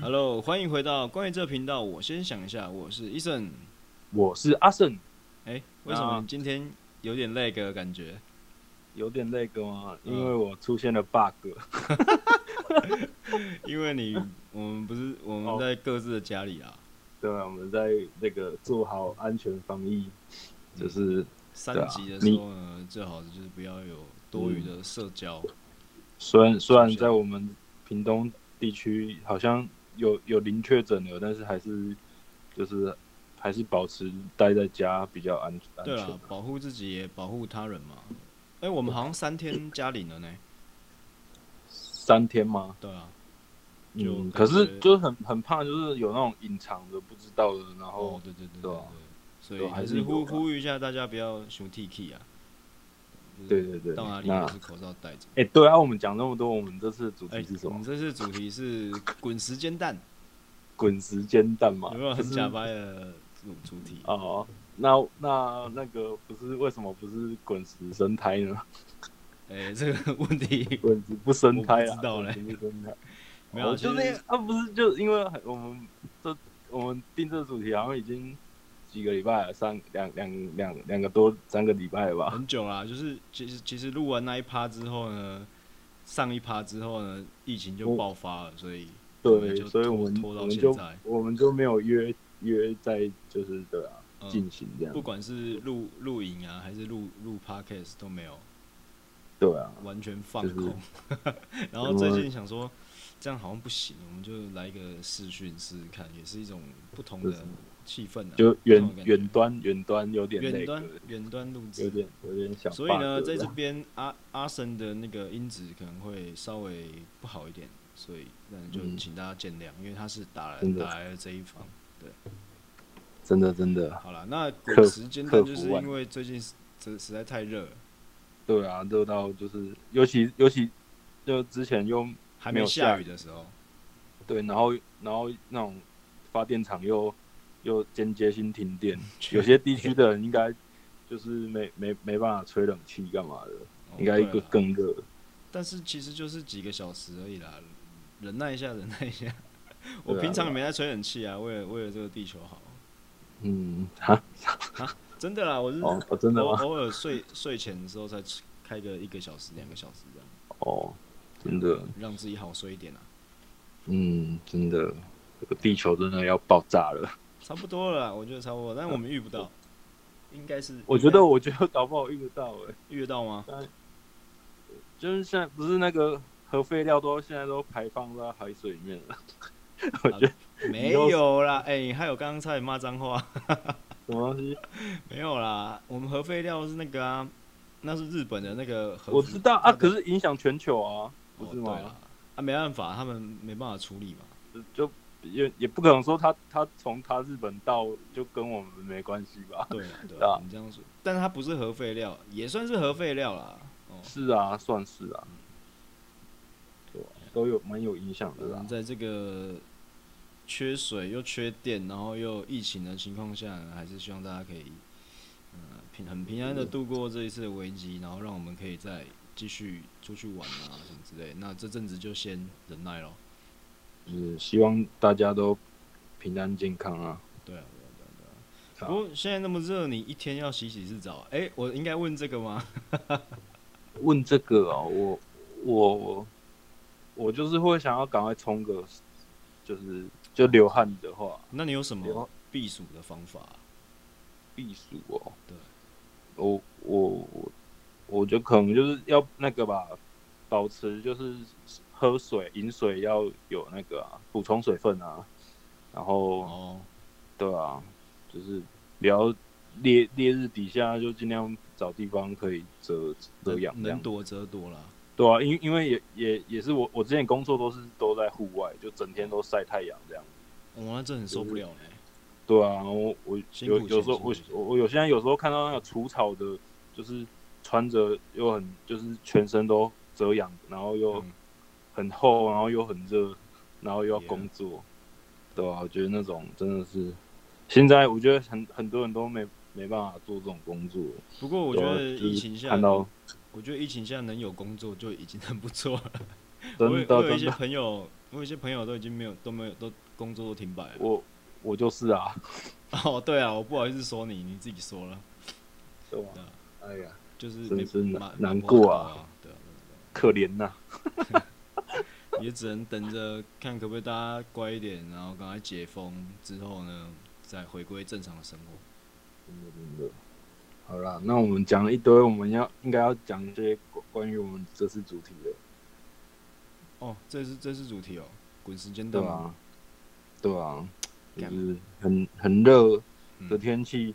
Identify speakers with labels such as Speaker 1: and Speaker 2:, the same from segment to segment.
Speaker 1: Hello，欢迎回到关于这频道。我先想一下，我是 Eason。
Speaker 2: 我是阿胜，
Speaker 1: 哎、为什么
Speaker 2: 啊
Speaker 1: 你今天有点累的感觉？
Speaker 2: 有点那个吗？
Speaker 1: 嗯
Speaker 2: 因为我出现了 bug，
Speaker 1: 因为你我们不是我们
Speaker 2: 啊哦
Speaker 1: 在各自的家里啊，
Speaker 2: 对吧？我们在那个做好安全防疫，就是
Speaker 1: 三
Speaker 2: 对啊
Speaker 1: 级的
Speaker 2: 你嗯
Speaker 1: 时候呢，最好就是不要有多余的社交。
Speaker 2: 虽然虽然在我们屏东地区好像有有零确诊了，但是还是就是还是保持待在家比较安安
Speaker 1: 对
Speaker 2: 全
Speaker 1: 了
Speaker 2: 啊。，
Speaker 1: 保护自己也保护他人嘛。哎、我们好像三天加零了呢。
Speaker 2: 三天吗？
Speaker 1: 对啊，就感
Speaker 2: 嗯，
Speaker 1: 觉
Speaker 2: 可是就是很很怕，就是有那种隐藏的不知道的，然
Speaker 1: 哦
Speaker 2: 后，
Speaker 1: 对对对对
Speaker 2: 对
Speaker 1: 对
Speaker 2: 啊，
Speaker 1: 所
Speaker 2: 对
Speaker 1: 以
Speaker 2: 啊
Speaker 1: 还
Speaker 2: 还
Speaker 1: 是
Speaker 2: 是
Speaker 1: 呼
Speaker 2: 有啊
Speaker 1: 呼吁一下大家不要熊 T K 啊。就是
Speaker 2: 对对对
Speaker 1: 到哪里
Speaker 2: 那
Speaker 1: 都是口罩戴着。
Speaker 2: 哎、对啊，我们讲那么多，我们这次的主
Speaker 1: 哎、
Speaker 2: 题是什
Speaker 1: 我
Speaker 2: 么
Speaker 1: 们？这次主题是 滚时间蛋，
Speaker 2: 滚、时间蛋嘛？
Speaker 1: 有没有
Speaker 2: 就
Speaker 1: 很
Speaker 2: 啊是
Speaker 1: 假掰的主主题？
Speaker 2: 哦，那那那个不是为什么不是滚石生胎呢？
Speaker 1: 哎、这个问题
Speaker 2: 滚石不生胎
Speaker 1: 我
Speaker 2: 啊，
Speaker 1: 不知道嘞
Speaker 2: 滚石不生胎。
Speaker 1: 没有，
Speaker 2: 哦就
Speaker 1: 其
Speaker 2: 是
Speaker 1: 实
Speaker 2: 啊，不是就因为我们这我们定这个主题好像已经几个礼拜了，三两两两两个多三个礼拜了吧？
Speaker 1: 很久啦。就是其实其实录完那一趴之后呢，上一趴之后呢，疫情就
Speaker 2: 我
Speaker 1: 爆发了，所以我们
Speaker 2: 对
Speaker 1: 就，
Speaker 2: 所以我们
Speaker 1: 拖拖到
Speaker 2: 我们
Speaker 1: 现
Speaker 2: 就
Speaker 1: 在
Speaker 2: 我们就没有约约在就是对啊
Speaker 1: 嗯
Speaker 2: 进行这
Speaker 1: 不
Speaker 2: 样，
Speaker 1: 管是录录影啊，还是录录 podcast 都没有，
Speaker 2: 对啊，
Speaker 1: 完全放
Speaker 2: 就是
Speaker 1: 空。 然后最近想说，这样好像不行，我们就来一个视讯试试看，也是一种不同
Speaker 2: 就是
Speaker 1: 的气氛啊，
Speaker 2: 就
Speaker 1: 不同
Speaker 2: 远
Speaker 1: 的感觉
Speaker 2: 远端远端有点那
Speaker 1: 远
Speaker 2: 个
Speaker 1: 端，远端录
Speaker 2: 有
Speaker 1: 制。
Speaker 2: 点有点小 bug 了，
Speaker 1: 所以呢，在这边阿阿神的那个音质可能会稍微不好一点，所以那就
Speaker 2: 嗯
Speaker 1: 请大家见谅，因为他是打来
Speaker 2: 真的
Speaker 1: 打来的这一方。
Speaker 2: 真的真的。
Speaker 1: 好了，那
Speaker 2: 克
Speaker 1: 滚时间段
Speaker 2: 克服
Speaker 1: 就是
Speaker 2: 万
Speaker 1: 因为最近实实在太热了，
Speaker 2: 对啊，热到就是，尤其尤其就之前又
Speaker 1: 还
Speaker 2: 没
Speaker 1: 没
Speaker 2: 有
Speaker 1: 下
Speaker 2: 下
Speaker 1: 雨的时候，
Speaker 2: 对，然后然后那种发电厂又又间接性停 电，有些地区的人应该就是没没没办法吹冷气干嘛的，
Speaker 1: 哦
Speaker 2: 应该
Speaker 1: 对
Speaker 2: 更
Speaker 1: 啦
Speaker 2: 更热。
Speaker 1: 但是其实就是几个小时而已啦，忍耐一下，忍耐一下。我
Speaker 2: 对啊
Speaker 1: 平常也没在吹冷气啊，为了为了这个地球好，
Speaker 2: 嗯，哈，
Speaker 1: 真的啦，我是
Speaker 2: 哦，哦真的
Speaker 1: 偶
Speaker 2: 吗？
Speaker 1: 偶尔睡睡前的时候才吹开个一个小时、两个小时这样，
Speaker 2: 哦，真的，
Speaker 1: 让自己好睡一点啊。
Speaker 2: 嗯，真的，这个地球真的要爆炸了。
Speaker 1: 差不多了啦，我觉得差不多，但我们遇不到，应该是
Speaker 2: 嗯我觉得，我觉得搞不好遇不到哎、
Speaker 1: 遇得到吗？
Speaker 2: 就是现在不是那个核废料都现在都排放到海水里面了，我觉得
Speaker 1: 没有啦，哎、还有刚刚差点骂脏话，
Speaker 2: 什么东西？
Speaker 1: 没有啦，我们核废料是那个啊，那是日本的那个核，
Speaker 2: 我知道
Speaker 1: 那
Speaker 2: 啊，
Speaker 1: 个
Speaker 2: 可是影响全球啊，不
Speaker 1: 哦
Speaker 2: 是
Speaker 1: 对
Speaker 2: 吗
Speaker 1: 啦？啊，没办法，他们没办法处理嘛。
Speaker 2: 就就也也不可能说他他从他日本到就跟我们没关系吧？
Speaker 1: 对啊，对
Speaker 2: 对
Speaker 1: 啊
Speaker 2: 啊，
Speaker 1: 你这样说，但它不是核废料，也算是核废料啦。哦，
Speaker 2: 是啊，算是啊，对啊都有蛮有影响的
Speaker 1: 我
Speaker 2: 啦
Speaker 1: 们。在这个缺水又缺电，然后又疫情的情况下，还是希望大家可以，呃，平很平安的度过这一次的危机，然后让我们可以再继续出去玩啊什么之类。那这阵子就先忍耐咯。
Speaker 2: 嗯，希望大家都平安健康啊。
Speaker 1: 对啊，对啊，对啊对啊。不过现在那么热，你一天要洗几次澡啊？哎、我应该问这个吗？
Speaker 2: 问这个哦，我我我我就是会想要赶快冲个，就是就流汗的话，
Speaker 1: 那你有什么
Speaker 2: 有啊
Speaker 1: 避暑的方法啊、
Speaker 2: 避暑哦。
Speaker 1: 对，
Speaker 2: 我我我我觉得可能就是要那个吧，保持就是喝水、饮水要有那个啊，补充水分啊，然后、
Speaker 1: 哦，
Speaker 2: 对啊，就是不要烈烈日底下就尽量找地方可以遮遮阳
Speaker 1: 能
Speaker 2: 这样
Speaker 1: 能。躲则躲啦。
Speaker 2: 对啊，因因为也也也是我我之前工作都是都在户外，就整天都晒太阳这样。
Speaker 1: 我、哦那真的很受不了呢、
Speaker 2: 对啊，我我
Speaker 1: 辛苦
Speaker 2: 有有
Speaker 1: 钱
Speaker 2: 时候
Speaker 1: 辛苦
Speaker 2: 我
Speaker 1: 钱
Speaker 2: 我我有现在有时候看到那个除草的，就是穿着又很就是全身都遮阳，然后又
Speaker 1: 嗯
Speaker 2: 很厚，然后又很热，然后又要
Speaker 1: Yeah
Speaker 2: 工作对啊，我觉得那种真的是，现在我觉得很很多人都没没办法做这种工作。
Speaker 1: 不过我觉
Speaker 2: 对啊
Speaker 1: 得
Speaker 2: 就是
Speaker 1: 疫情下，
Speaker 2: 看到
Speaker 1: 我觉得疫情下能有工作就已经很不错了。我
Speaker 2: 真
Speaker 1: 有
Speaker 2: 的
Speaker 1: 我有一
Speaker 2: 真
Speaker 1: 些
Speaker 2: 的
Speaker 1: 朋友我有些朋友都已经没有都没有都工作都停摆了。
Speaker 2: 我我就是啊，
Speaker 1: 哦，对啊，我不好意思说你，你自己说了，
Speaker 2: 对吧？
Speaker 1: 啊
Speaker 2: 哎呀，
Speaker 1: 就是
Speaker 2: 真
Speaker 1: 没
Speaker 2: 是
Speaker 1: 蛮
Speaker 2: 难
Speaker 1: 蛮
Speaker 2: 难
Speaker 1: 不好
Speaker 2: 过
Speaker 1: 搞
Speaker 2: 啊
Speaker 1: 啊，对啊，啊
Speaker 2: 可怜呐、
Speaker 1: 也只能等着看可不可以大家乖一点，然后赶快解封之后呢，再回归正常的生活。
Speaker 2: 真的真的。好啦，那我们讲了一堆，我们要应该要讲一些关关于我们这次主题的，
Speaker 1: 哦，这是这是主题哦，滚时间
Speaker 2: 对
Speaker 1: 到
Speaker 2: 啊，对啊，就
Speaker 1: 干
Speaker 2: 是很很热的
Speaker 1: 嗯，
Speaker 2: 天气，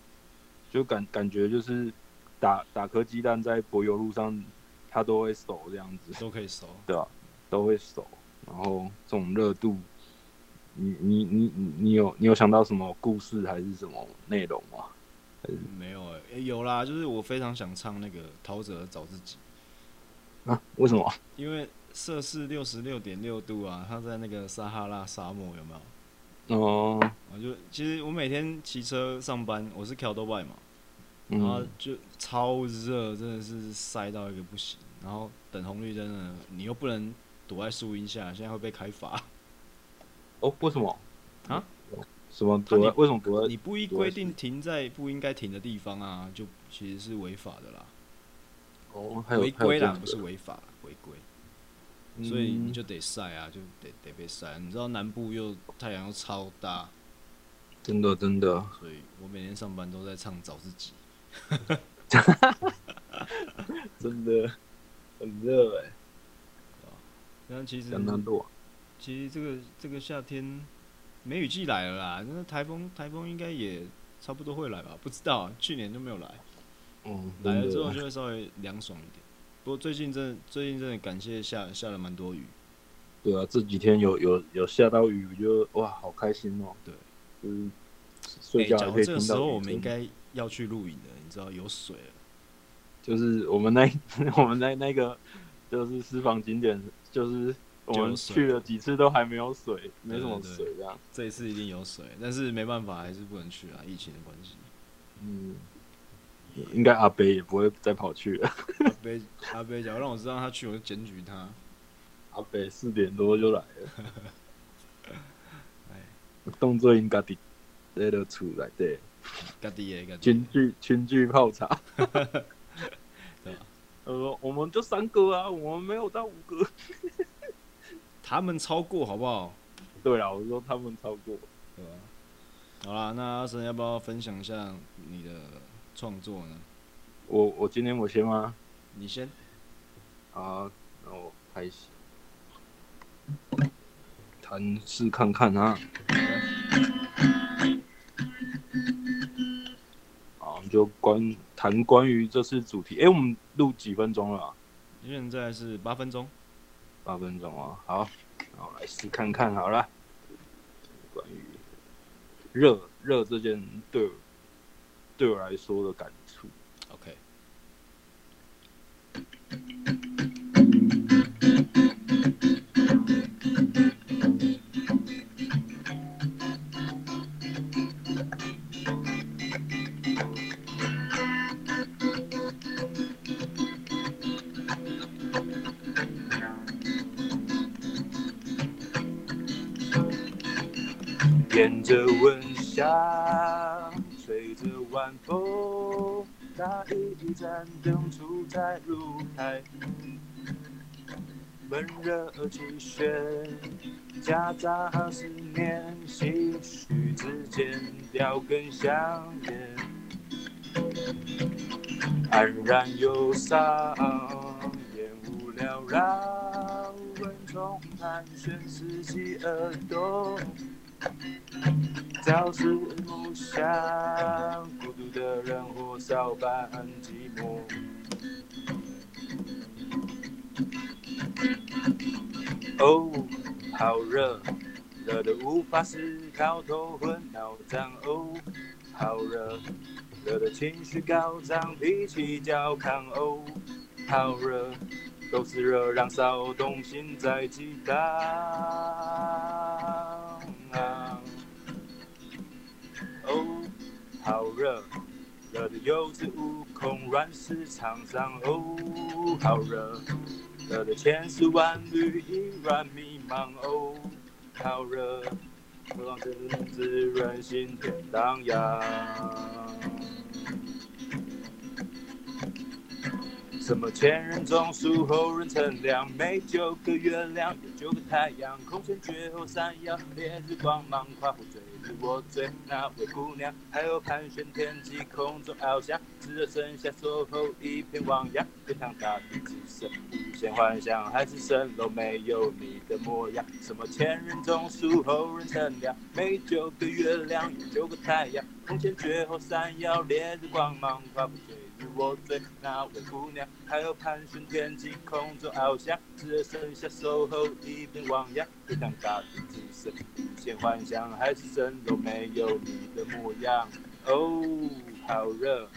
Speaker 2: 就感感觉就是打打颗鸡蛋在柏油路上，它都会熟这样子，
Speaker 1: 都可以收。
Speaker 2: 对啊，都会熟。然后这种热度，你你你你你有你有想到什么故事还是什么内容吗？
Speaker 1: 没有哎、欸有啦，就是我非常想唱那个陶喆的《找自己
Speaker 2: 啊？为什么？》，
Speaker 1: 因为摄氏六十六点六度啊，他在那个撒哈拉沙漠有没有？
Speaker 2: 哦，
Speaker 1: 我就其实我每天骑车上班，我是 c a l d o b y 嘛，然后
Speaker 2: 嗯，
Speaker 1: 就超热，真的是晒到一个不行。然后等红绿灯呢，你又不能躲在树荫下，现在会被开罚。
Speaker 2: 哦，为什么？
Speaker 1: 啊？
Speaker 2: 什么躲在
Speaker 1: 啊？
Speaker 2: 为什么躲在？
Speaker 1: 你不依规定停在不应该停的地方啊，就其实是违法的啦，
Speaker 2: 哦，还有
Speaker 1: 违规啦，不是
Speaker 2: 我，
Speaker 1: 违法啦，违规，
Speaker 2: 嗯
Speaker 1: 所以你就得晒啊，就得得被晒。你知道南部又太阳又超大，
Speaker 2: 真的 真的，
Speaker 1: 所以我每天上班都在唱找自己。
Speaker 2: 真的很热
Speaker 1: 欸
Speaker 2: 哎、
Speaker 1: 但其实
Speaker 2: 相当热。
Speaker 1: 其实这个这个夏天梅雨季来了啦，那台风台风应该也差不多会来吧？不知道，去年就没有来，
Speaker 2: 嗯，
Speaker 1: 来
Speaker 2: 真
Speaker 1: 了
Speaker 2: 的
Speaker 1: 之后就会稍微凉爽一点。不过最近真的最近真的感谢下下了蛮多雨，
Speaker 2: 对啊，这几天有有有下到雨，我就哇，好开心哦。
Speaker 1: 对，
Speaker 2: 就是睡觉
Speaker 1: 哎
Speaker 2: 还
Speaker 1: 讲
Speaker 2: 可以
Speaker 1: 到这个
Speaker 2: 听到雨
Speaker 1: 时
Speaker 2: 声。
Speaker 1: 候我们应该要去露营的，你知道有水了，
Speaker 2: 就是我们那 我们那那个就是私房景点，就是我
Speaker 1: 就有
Speaker 2: 们
Speaker 1: 水
Speaker 2: 去了几次都还没有水，没
Speaker 1: 对
Speaker 2: 什么
Speaker 1: 对
Speaker 2: 水这样。
Speaker 1: 这一次一定有水，但是没办法还是不能去啊，疫情的关系。
Speaker 2: 嗯，应该阿北也不会再跑去了。
Speaker 1: 阿贝阿贝假如让我知道他去，我就检举他。
Speaker 2: 阿北四点多就来了，
Speaker 1: 哎，
Speaker 2: 动作应该得在了出来对，
Speaker 1: 嘎地耶嘎地耶
Speaker 2: 群，聚群聚泡茶。
Speaker 1: 对吧？
Speaker 2: 呃，我们就三个啊，我们没有到五个。
Speaker 1: 他们超过好不好？
Speaker 2: 对啊啦，我说他们超过。
Speaker 1: 对吧、好啦，那阿神要不要分享一下你的创作呢？
Speaker 2: 我我今天我先吗？
Speaker 1: 你先，
Speaker 2: 啊，那我开始弹试看看啊。好，就关谈关于这次主题。诶，我们录几分钟了啊、
Speaker 1: 现在是八分钟。
Speaker 2: 八分钟啊。好，那我来试看看好了。关于热热这件对我对我来说的感触，
Speaker 1: OK，
Speaker 2: 沿着温香，吹着晚风，打一盏灯杵在露台，闷热而气旋，夹杂思念，唏嘘之间叼根香烟，安然忧伤，烟雾缭绕，蚊虫盘旋，四季而动。朝思暮想，孤独的人火烧般寂寞。哦，好热，热得无法思考，头昏脑胀。哦，好热，热得情绪高涨，脾气较亢。哦，好热，都是热让骚动心在激荡。哦，好热，热的有恃无恐，乱世沧桑。哦，好热，热的千丝万缕，依然迷茫。哦，好热，让真滋润心田荡漾。什么前人种树，后人乘凉。每九个月亮有九个太阳，空前绝后闪耀，烈日光芒夸我醉，是我醉那位姑娘。还有盘旋天际，空中翱翔，只有剩下最后一片汪洋。天堂大地只剩无限幻想，海市蜃楼没有你的模样。什么前人种树，后人乘凉。每九个月亮有九个太阳，空前绝后闪耀，烈日光芒夸我醉。与我醉那位姑娘，还有盘旋天际，空中翱翔，只剩下守候一片汪洋。天堂大地只剩无限幻想，海市蜃楼没有你的模样。哦，好热，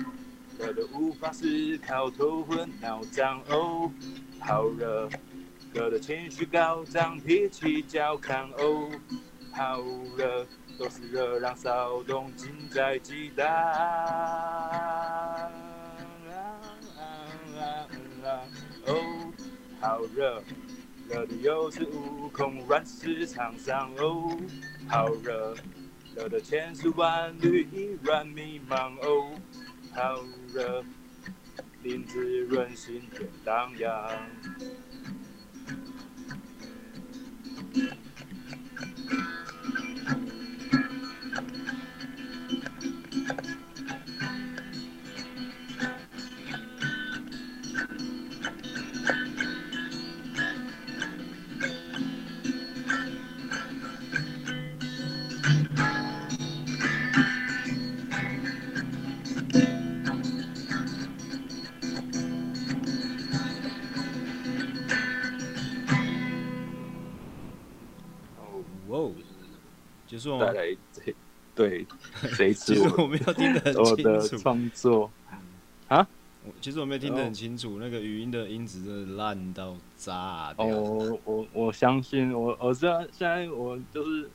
Speaker 2: 热得无法思考，头昏脑胀。哦，好热，热得情绪高涨，脾气较亢。 哦，好热。都是热浪骚动，尽在激荡。哦，好热，热的有恃无恐，乱世沧桑。哦，好热，热的千丝万缕依然迷茫。哦，好热，林子润心田荡漾。哦，
Speaker 1: 哇哦，结束了
Speaker 2: 带
Speaker 1: 吗？
Speaker 2: 来这对这 一
Speaker 1: 其
Speaker 2: 次
Speaker 1: 实
Speaker 2: 我
Speaker 1: 我没有听得很
Speaker 2: 我的
Speaker 1: 清楚，
Speaker 2: 创作。
Speaker 1: 我其实我没有听得很清
Speaker 2: 哦
Speaker 1: 楚，那个语音的音质真的烂到炸掉。
Speaker 2: 哦，我我相信我，我知道现在我就是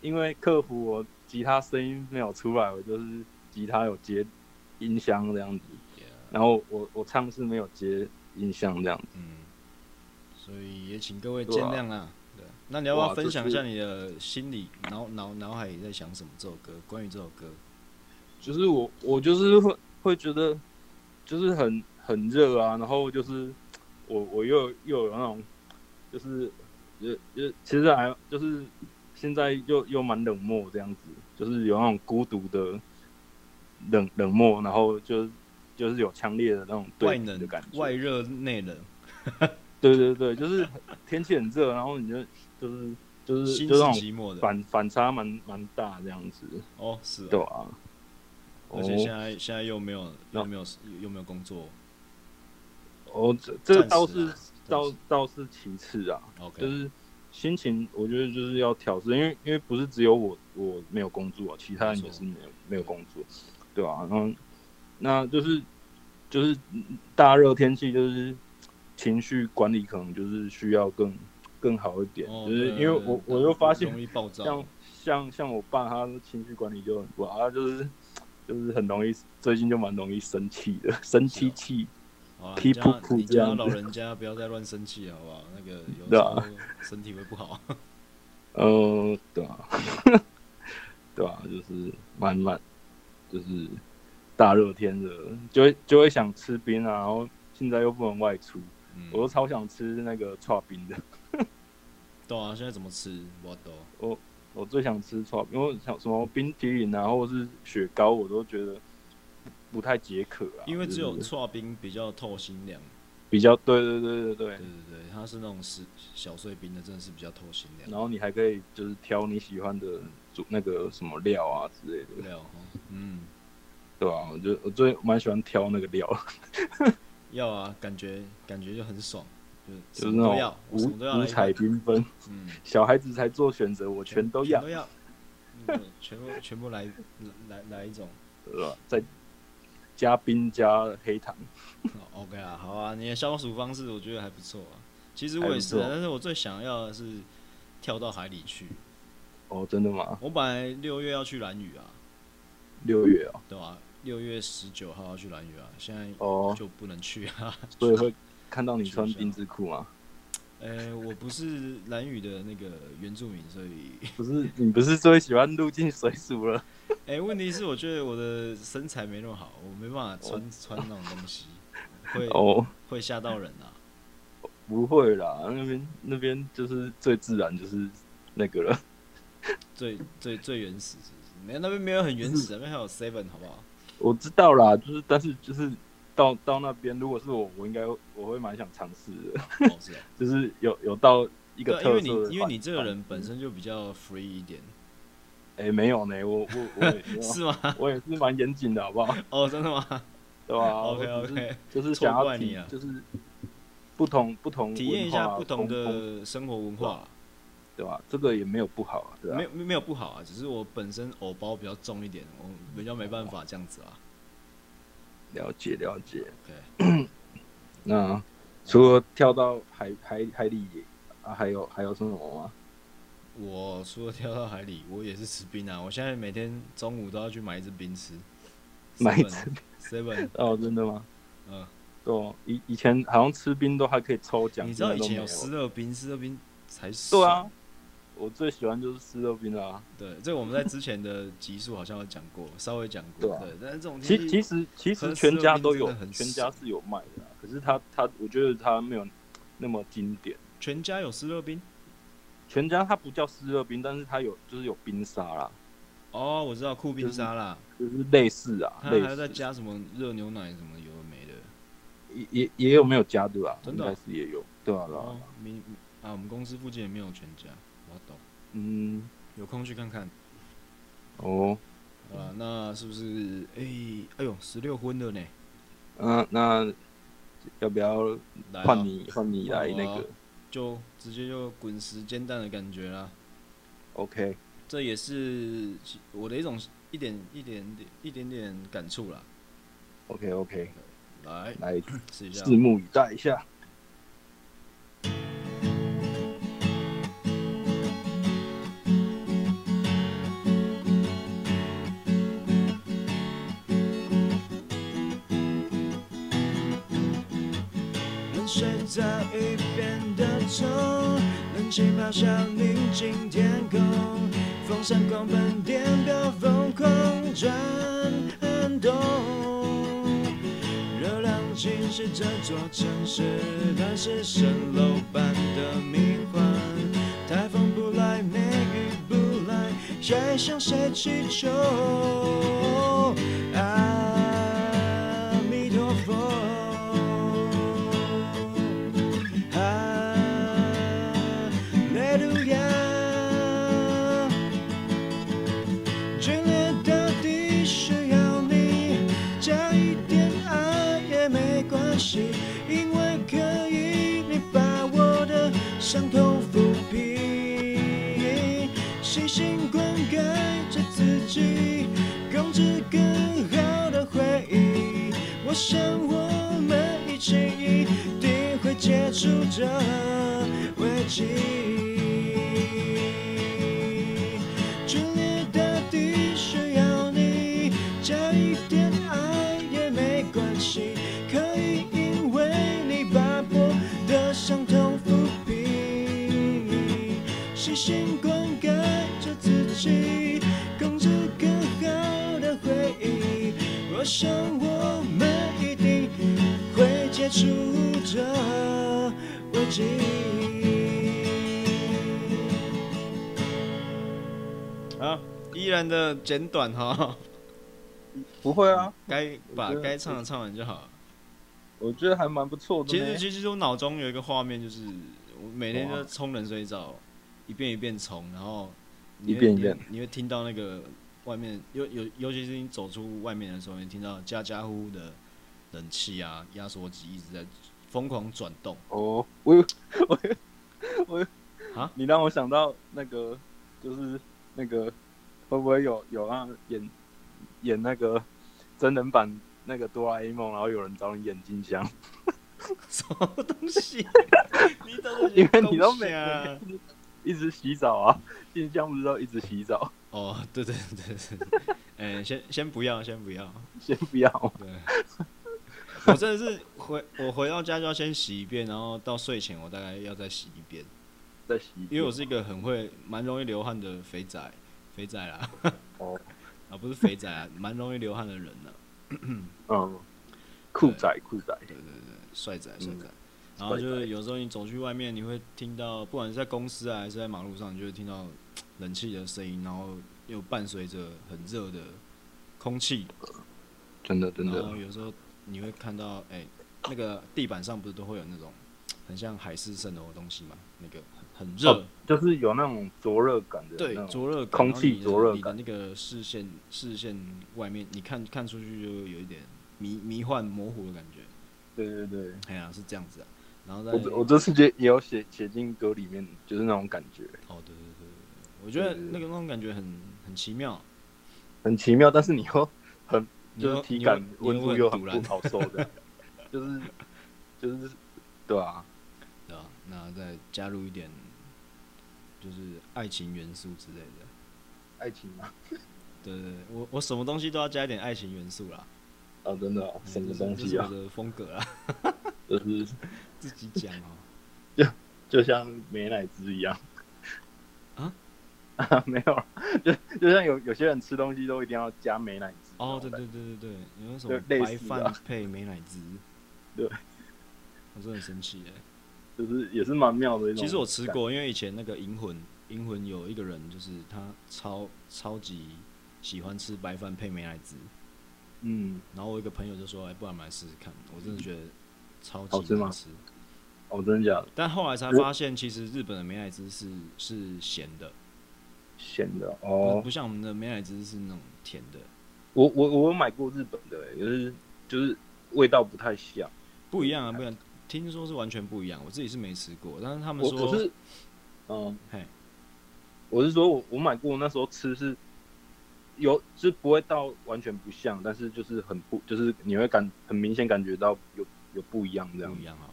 Speaker 2: 因为客服我吉他声音没有出来，我就是吉他有接音箱这样子，
Speaker 1: Yeah，
Speaker 2: 然后我我唱是没有接音箱这样子。
Speaker 1: 嗯，所以也请各位
Speaker 2: 对
Speaker 1: 见
Speaker 2: 啊
Speaker 1: 谅啦。对，那你要不要
Speaker 2: 哇
Speaker 1: 分
Speaker 2: 这
Speaker 1: 享一下
Speaker 2: 是
Speaker 1: 你的心里脑脑脑海里在想什么？这首歌，关于这首歌，
Speaker 2: 就是我我就是会会觉得就是很很热啊，然后就是我我又又有那种就是也也其实还就是现在又又蛮冷漠这样子，就是有那种孤独的冷冷漠，然后就是就是有强烈的那种
Speaker 1: 外
Speaker 2: 对比的
Speaker 1: 冷
Speaker 2: 感觉，
Speaker 1: 外热内冷，
Speaker 2: 对对对，就是天气很热，然后你就就是就是
Speaker 1: 心
Speaker 2: 就是那种
Speaker 1: 寂寞的。
Speaker 2: 反反差蛮蛮大这样子，
Speaker 1: 哦，是
Speaker 2: 对
Speaker 1: 哦。
Speaker 2: 啊，
Speaker 1: 而且现在现在又没有
Speaker 2: 哦那
Speaker 1: 又没有又没有工作
Speaker 2: 哦，这
Speaker 1: 暂时啊
Speaker 2: 这倒是
Speaker 1: 暂
Speaker 2: 倒
Speaker 1: 时
Speaker 2: 倒是其次啊，就
Speaker 1: ，OK，
Speaker 2: 是心情，我觉得就是要调试，因为因为不是只有我我没有工作、啊，其他人
Speaker 1: 没
Speaker 2: 也
Speaker 1: 错
Speaker 2: 是没有没有工作，对吧、啊？然后那就是就是嗯大热天气，就是情绪管理可能就是需要更更好一点，
Speaker 1: 哦
Speaker 2: 就是
Speaker 1: 对
Speaker 2: 因为
Speaker 1: 对
Speaker 2: 我
Speaker 1: 对
Speaker 2: 我又发现
Speaker 1: 容易暴躁
Speaker 2: 像，像像我爸他的情绪管理就很不好，他就是就是很容易最近就蛮容易生气的，生
Speaker 1: 是
Speaker 2: 气
Speaker 1: 哦
Speaker 2: 气。
Speaker 1: 好啦
Speaker 2: 皮
Speaker 1: 你家
Speaker 2: 噗噗
Speaker 1: 你
Speaker 2: 这
Speaker 1: 家
Speaker 2: 样
Speaker 1: 老人家不要再乱生气了好不好？那 个有时
Speaker 2: 对
Speaker 1: 候
Speaker 2: 啊
Speaker 1: 身体会不好。
Speaker 2: 呃，对啊， 对啊，就是慢慢，就是大热天的，就会就会想吃冰啊，然后现在又不能外出，
Speaker 1: 嗯
Speaker 2: 我都超想吃那个串冰的，
Speaker 1: 对啊，现在怎么吃？我都
Speaker 2: 啊我最想吃串冰，因为像什么冰淇淋啊，或者是雪糕，我都觉得不太解渴啊，
Speaker 1: 因为只有
Speaker 2: 就是
Speaker 1: 刨冰比较透心凉，
Speaker 2: 比较，对对对对对
Speaker 1: 对，对对，它是那种是小碎冰的，真的是比较透心凉。
Speaker 2: 然后你还可以就是挑你喜欢的煮那个什么料啊之类的，
Speaker 1: 料，哦嗯，
Speaker 2: 对吧、啊？我就我最蛮喜欢挑那个料。
Speaker 1: 要啊，感觉感觉就很爽，就
Speaker 2: 就
Speaker 1: 什
Speaker 2: 是
Speaker 1: 么
Speaker 2: 那
Speaker 1: 都要
Speaker 2: 种，
Speaker 1: 我什么都要
Speaker 2: 五
Speaker 1: 来
Speaker 2: 五
Speaker 1: 一
Speaker 2: 彩
Speaker 1: 份，
Speaker 2: 缤纷，
Speaker 1: 嗯，
Speaker 2: 小孩子才做选择，我全都
Speaker 1: 全
Speaker 2: 要
Speaker 1: 都，要，嗯全部 全部来来来一种。
Speaker 2: 对吧？再呃加冰加黑糖，
Speaker 1: 哦 OK 啊，好啊，你的消暑方式我觉得还不错啊。其实我
Speaker 2: 还
Speaker 1: 也
Speaker 2: 不
Speaker 1: 是啊，
Speaker 2: 错
Speaker 1: 但是我最想要的是跳到海里去。
Speaker 2: 哦，真的吗？
Speaker 1: 我本来六月要去蓝屿啊，
Speaker 2: 六月啊，
Speaker 1: 对吧、六月十九号要去蓝屿啊，现在
Speaker 2: 哦，
Speaker 1: 就不能去啊。
Speaker 2: 所以会看到你穿丁字裤吗？
Speaker 1: 哎、呃，我不是蓝屿的那个原住民，所以，
Speaker 2: 不是你不是最喜欢入境水俗了？
Speaker 1: 哎、问题是我觉得我的身材没那么好，我没办法穿、穿那种东 西，会、
Speaker 2: 哦，
Speaker 1: 会吓到人啊。
Speaker 2: 不会啦，那边那边就是最自然就是那个了。
Speaker 1: 最最最原始是不是，没有那边没有很原始，那边还有 Seven 好不 好？
Speaker 2: 我知道啦，就是但是就是到到那边，如果是我，我应该我会蛮想尝试的，
Speaker 1: 哦，是啊，
Speaker 2: 就是有有到
Speaker 1: 对
Speaker 2: 一个
Speaker 1: 啊，因
Speaker 2: 特
Speaker 1: 为
Speaker 2: 色的
Speaker 1: 你因为你
Speaker 2: 环
Speaker 1: 这个人本身就比较 free 一点，
Speaker 2: 哎、没有呢，我我我 也没有啊
Speaker 1: 是吗？
Speaker 2: 我也是蛮严谨的，好不好？
Speaker 1: 哦，真的 吗
Speaker 2: 对吧、
Speaker 1: ？OK
Speaker 2: 我只是
Speaker 1: OK，
Speaker 2: 就是想
Speaker 1: 错
Speaker 2: 要
Speaker 1: 怪
Speaker 2: 体
Speaker 1: 你了
Speaker 2: 就是不同不同
Speaker 1: 体验一
Speaker 2: 文
Speaker 1: 下
Speaker 2: 化
Speaker 1: 不同
Speaker 2: 风风
Speaker 1: 的生活文化啦，
Speaker 2: 对吧、这个也没有不好啊，对吧、
Speaker 1: 没有没有不好啊，只是我本身偶包比较重一点，我比较没办法这样子啊。
Speaker 2: 了解了解。
Speaker 1: OK，
Speaker 2: 那除了跳到海海海里啊，还有还有什么吗？
Speaker 1: 我除了跳到海里，我也是吃冰啊，我现在每天中午都要去买一支冰吃，
Speaker 2: 买一支
Speaker 1: Seven，
Speaker 2: 哦，真的吗？
Speaker 1: 嗯，
Speaker 2: 对哦，以以前好像吃冰都还可以抽奖，
Speaker 1: 你知道
Speaker 2: 现
Speaker 1: 以
Speaker 2: 在都
Speaker 1: 前
Speaker 2: 没
Speaker 1: 有
Speaker 2: 有啊
Speaker 1: 湿热冰，湿热冰才爽
Speaker 2: 对啊，我最喜欢就是湿肉冰啦、啊
Speaker 1: 对，这个我们在之前的集数好像有讲过，稍微讲过。
Speaker 2: 对啊
Speaker 1: 对，但是这种
Speaker 2: 其
Speaker 1: 天气
Speaker 2: 其实其实
Speaker 1: 喝
Speaker 2: 全家
Speaker 1: 四
Speaker 2: 都
Speaker 1: 肉冰真
Speaker 2: 有
Speaker 1: 的很，
Speaker 2: 全
Speaker 1: 爽
Speaker 2: 家是有卖的啊、可是它它，我觉得它没有那么经典。
Speaker 1: 全家有湿热冰。
Speaker 2: 全家它不叫湿热冰，但是它有就是有冰沙啦，
Speaker 1: 哦，我知道酷冰沙啦，
Speaker 2: 就是类似啊，
Speaker 1: 它
Speaker 2: 类
Speaker 1: 还在
Speaker 2: 似
Speaker 1: 加什么热牛奶什么有的没的。
Speaker 2: 也也也有没有加对吧？
Speaker 1: 真
Speaker 2: 应
Speaker 1: 的哦
Speaker 2: 该是也有，对啊对啊
Speaker 1: 哦，，明啊，我们公司附近也没有全家，我懂。
Speaker 2: 嗯，
Speaker 1: 有空去看看。
Speaker 2: 哦，
Speaker 1: 好啦，那是不是？哎、哎呦，十六婚了呢，
Speaker 2: 嗯，那要不要
Speaker 1: 来
Speaker 2: 换
Speaker 1: 咯
Speaker 2: 你换你
Speaker 1: 换
Speaker 2: 来
Speaker 1: 我
Speaker 2: 那
Speaker 1: 啊
Speaker 2: 个
Speaker 1: 就直接就滚石煎蛋的感觉啦。
Speaker 2: ？OK，
Speaker 1: 这也是其我的一种一点一点点一点点感触啦。
Speaker 2: OK OK，
Speaker 1: 来
Speaker 2: 来
Speaker 1: 试一下。啊
Speaker 2: 拭目以待一下。
Speaker 1: 任谁早已变得丑，冷气咆哮宁静天空，风扇狂奔电表疯狂转动，热浪侵蚀这座城市，它是蜃楼般的迷幻，台风不来，梅雨不来，谁向谁祈求？阿弥陀佛。哈利路亚！眷恋到底需要你加一点爱也没关系，因为可以你把我的伤痛抚平，细心灌溉着自己，控制更好的回忆。我想我们一起一定会解除这危机。眷恋大地需要你加一点爱也没关系，可以因为你把我的伤痛抚平，细心灌溉着自己，控制更好的回忆。我想我们一定会解除这危机。啊，依然的简短哈，
Speaker 2: 不会啊，
Speaker 1: 该把
Speaker 2: 我觉得
Speaker 1: 该唱的唱完就好。
Speaker 2: 我觉得还蛮不错的
Speaker 1: 其
Speaker 2: 呢。
Speaker 1: 实其实我脑中有一个画面，就是我每天
Speaker 2: 哇
Speaker 1: 就冲冷水澡，一遍一遍冲，然后你
Speaker 2: 一
Speaker 1: 会
Speaker 2: 遍一
Speaker 1: 你会
Speaker 2: 遍
Speaker 1: 你会听到那个外面，尤尤尤其是你走出外面的时候，你听到家家户户的冷气啊、压缩机一直在疯狂转动。
Speaker 2: 哦，我有 我有我有
Speaker 1: 啊
Speaker 2: 你让我想到那个，就是那个会不会有有让演演那个真人版那个哆啦 A 梦，然后有人找你演金香，
Speaker 1: 什么东西？你到底
Speaker 2: 因为你都没
Speaker 1: 在干嘛
Speaker 2: 一直洗澡啊，金香不是都一直洗澡，
Speaker 1: 哦，对对对对，对哎、先先不要，先不要，
Speaker 2: 先不要，
Speaker 1: 对，我真的是回我回到家就要先洗一遍，然后到睡前我大概要再洗一遍，
Speaker 2: 再洗一遍。
Speaker 1: 因为我是一个很会蛮容易流汗的肥仔，肥仔啦，
Speaker 2: 哦，
Speaker 1: 啊不是肥仔 啊，蛮容易流汗的人啊呢、
Speaker 2: 嗯，酷仔酷仔，
Speaker 1: 帅仔帅
Speaker 2: 嗯
Speaker 1: 仔。然后就是
Speaker 2: 帅仔
Speaker 1: 有时候你走去外面，你会听到，不管是在公司啊还是在马路上，你就会听到冷气的声音，然后又伴随着很热的空气，
Speaker 2: 真的真
Speaker 1: 然
Speaker 2: 的
Speaker 1: 后，有时候你会看到，哎、那个地板上不是都会有那种很像海市蜃楼的东西嘛？那个很很热、
Speaker 2: 哦就是有那种灼热感的，
Speaker 1: 对，灼热感，
Speaker 2: 空
Speaker 1: 然后
Speaker 2: 气
Speaker 1: 你的
Speaker 2: 灼热
Speaker 1: 你的
Speaker 2: 感
Speaker 1: 那个视线视线外面，你看看出去就有一点迷迷幻模糊的感觉。
Speaker 2: 对对对。
Speaker 1: 哎呀、是这样子啊。然后再
Speaker 2: 我这我这次也也有写写进歌里面，就是那种感觉，
Speaker 1: 哦，对对对，我觉得
Speaker 2: 对对对
Speaker 1: 那个那种感觉很很奇妙，
Speaker 2: 很奇妙，但是你又很
Speaker 1: 你
Speaker 2: 就
Speaker 1: 又
Speaker 2: 是体
Speaker 1: 你
Speaker 2: 感
Speaker 1: 又
Speaker 2: 温
Speaker 1: 你
Speaker 2: 度
Speaker 1: 会
Speaker 2: 又
Speaker 1: 很
Speaker 2: 很
Speaker 1: 突
Speaker 2: 不
Speaker 1: 然，
Speaker 2: 好受的，就是就是对啊，
Speaker 1: 对吧？那再加入一点就是爱情元素之类的。
Speaker 2: 爱情嘛，
Speaker 1: 对对，对我我什么东西都要加一点爱情元素啦，
Speaker 2: 啊，真的啊
Speaker 1: 嗯
Speaker 2: 什么
Speaker 1: 这是
Speaker 2: 东西啊
Speaker 1: 这，是我的风格啊，
Speaker 2: 就是
Speaker 1: 自己讲哦。
Speaker 2: 就像美乃滋一样。
Speaker 1: 啊？
Speaker 2: 啊， 没有，就就像有有些人吃东西都一定要加美乃滋。
Speaker 1: 哦，对对对对对，有那
Speaker 2: 就
Speaker 1: 种
Speaker 2: 类
Speaker 1: 白
Speaker 2: 似
Speaker 1: 饭
Speaker 2: 啊
Speaker 1: 配美乃滋，
Speaker 2: 对，
Speaker 1: 我真的很生气耶。
Speaker 2: 对，就是也是蛮妙的一种。
Speaker 1: 其实我吃，过，因为以前那个银魂，银魂有一个人就是他超超级喜欢吃白饭配美乃滋，
Speaker 2: 嗯，
Speaker 1: 然后我一个朋友就说，哎、不然我们来试试看，我真的觉得超
Speaker 2: 好
Speaker 1: 级
Speaker 2: 吃吗
Speaker 1: 难吃。
Speaker 2: 哦，真的假的？
Speaker 1: 但后来才发现，其实日本的美乃滋是是咸的，
Speaker 2: 咸的
Speaker 1: 不
Speaker 2: 哦，
Speaker 1: 不像我们的美乃滋是那种甜的，
Speaker 2: 我我我有买过日本的、欸，就是就是味道不太像。
Speaker 1: 不一样啊，不然听说是完全不一样，我自己是没吃过，但是他们
Speaker 2: 我
Speaker 1: 说，
Speaker 2: 我是，嗯，
Speaker 1: 嘿，
Speaker 2: 我是说我我买过，那时候吃是有，就是不会到完全不像，但是就是很不，就是你会感很明显感觉到有有不一样这样
Speaker 1: 不，一样啊，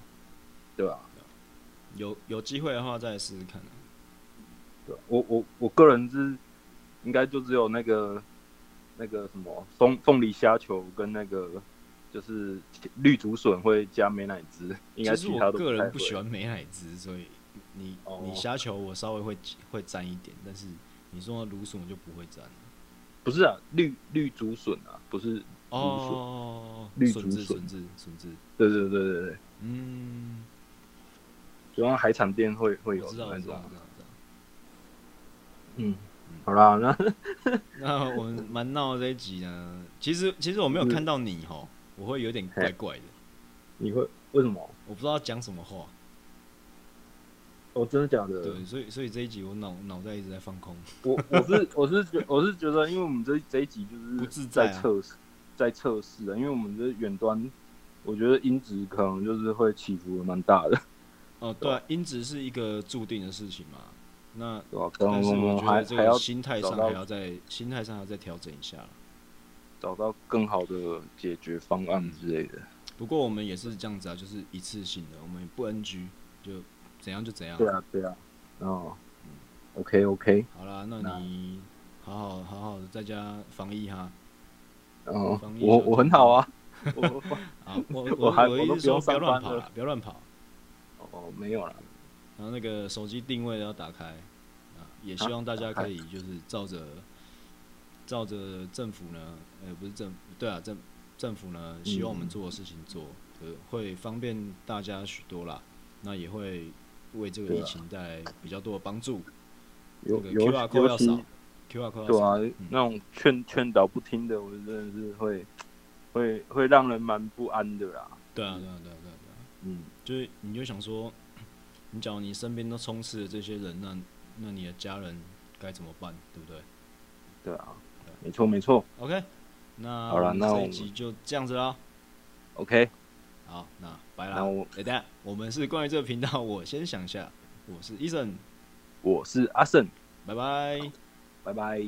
Speaker 2: 对吧、
Speaker 1: 有有机会的话再试试看啊、
Speaker 2: 对，啊我我我个人是应该就只有那个那个什么凤凤梨虾球跟那个就是绿竹笋会加美乃滋，应该
Speaker 1: 其实
Speaker 2: 其
Speaker 1: 我
Speaker 2: 他都
Speaker 1: 个
Speaker 2: 太
Speaker 1: 人
Speaker 2: 会
Speaker 1: 不喜欢美乃滋，所以你、你
Speaker 2: 哦
Speaker 1: 虾球我稍微会会沾一点，但是你说芦笋我就不会沾了。
Speaker 2: 不是啊，绿绿竹笋啊，不是，
Speaker 1: 哦，
Speaker 2: 绿
Speaker 1: 笋
Speaker 2: 竹
Speaker 1: 子
Speaker 2: 笋
Speaker 1: 笋子笋子，
Speaker 2: 对对对对对，
Speaker 1: 嗯，
Speaker 2: 就像海产店会
Speaker 1: 我
Speaker 2: 会有
Speaker 1: 知道我
Speaker 2: 那
Speaker 1: 知道
Speaker 2: 种
Speaker 1: 我，知道我知道。
Speaker 2: 嗯，好啦，那
Speaker 1: 那我们蛮闹的这一集呢，其实其实我没有
Speaker 2: 嗯
Speaker 1: 看到你吼，我会有点怪怪的，
Speaker 2: 你会为什么？
Speaker 1: 我不知道讲什么话。
Speaker 2: 哦，真的假的？
Speaker 1: 对，所以所以这一集我脑脑袋一直在放空。
Speaker 2: 我我是我是觉我是觉得，因为我们这这一集就是
Speaker 1: 不自在
Speaker 2: 在
Speaker 1: 啊
Speaker 2: 测试，在测试啊，因为我们这远端，我觉得音质可能就是会起伏得蛮大的，
Speaker 1: 哦，对、啊，音质是一个注定的事情嘛。那
Speaker 2: 对吧、可
Speaker 1: 但
Speaker 2: 能
Speaker 1: 是
Speaker 2: 我
Speaker 1: 我
Speaker 2: 们
Speaker 1: 觉
Speaker 2: 还
Speaker 1: 得这
Speaker 2: 还
Speaker 1: 个
Speaker 2: 要
Speaker 1: 心态
Speaker 2: 找
Speaker 1: 上
Speaker 2: 到
Speaker 1: 还要在心态上还要再调整一下啦
Speaker 2: 找到更好的解决方案之类的。
Speaker 1: 不过我们也是这样子啊，就是一次性的，我们也不 NG，就怎样就怎样。
Speaker 2: 对啊，对啊，哦，OK OK，
Speaker 1: 好啦，那
Speaker 2: 那
Speaker 1: 你好好好好的在家防疫哈。
Speaker 2: 哦
Speaker 1: 防，疫
Speaker 2: 我
Speaker 1: 小
Speaker 2: 我很
Speaker 1: 精
Speaker 2: 好 啊，我
Speaker 1: 啊，我
Speaker 2: 我还
Speaker 1: 我的
Speaker 2: 我都
Speaker 1: 意思说
Speaker 2: 不用
Speaker 1: 不要
Speaker 2: 上
Speaker 1: 乱
Speaker 2: 班
Speaker 1: 跑
Speaker 2: 了
Speaker 1: 啦，不要乱跑。
Speaker 2: 哦没有啦，
Speaker 1: 然后那个手机定位要打开啊，也希望大家可以就是照着照着政府呢，呃，不是政对啊政政府呢，希望我们做的事情做，呃，会方便大家许多啦，那也会为这个
Speaker 2: 对啊
Speaker 1: 疫情带来比较多的帮助。
Speaker 2: 尤
Speaker 1: 这个
Speaker 2: 尤
Speaker 1: QR code
Speaker 2: 尤
Speaker 1: 要
Speaker 2: 其
Speaker 1: 扫，QR code 要
Speaker 2: 对
Speaker 1: 扫嗯
Speaker 2: 啊，那种劝劝导不听的，我真的是会会会让人蛮不安的啦。
Speaker 1: 对啊，对啊，对啊，对啊，对啊
Speaker 2: 嗯，
Speaker 1: 就是你就想说，你假如你身边都充斥着这些人，那那你的家人该怎么办，对不对？
Speaker 2: 对啊，没错没错。
Speaker 1: OK，那
Speaker 2: 好啦
Speaker 1: 我们
Speaker 2: 那
Speaker 1: 这
Speaker 2: 我
Speaker 1: 一
Speaker 2: 们
Speaker 1: 集就这样子啦。
Speaker 2: OK，
Speaker 1: 好，那拜啦。
Speaker 2: 那我
Speaker 1: 哎、等一下我们是关于这个频道，我先想一下。我是 Eason，
Speaker 2: 我是阿胜，
Speaker 1: 拜拜。
Speaker 2: 拜拜。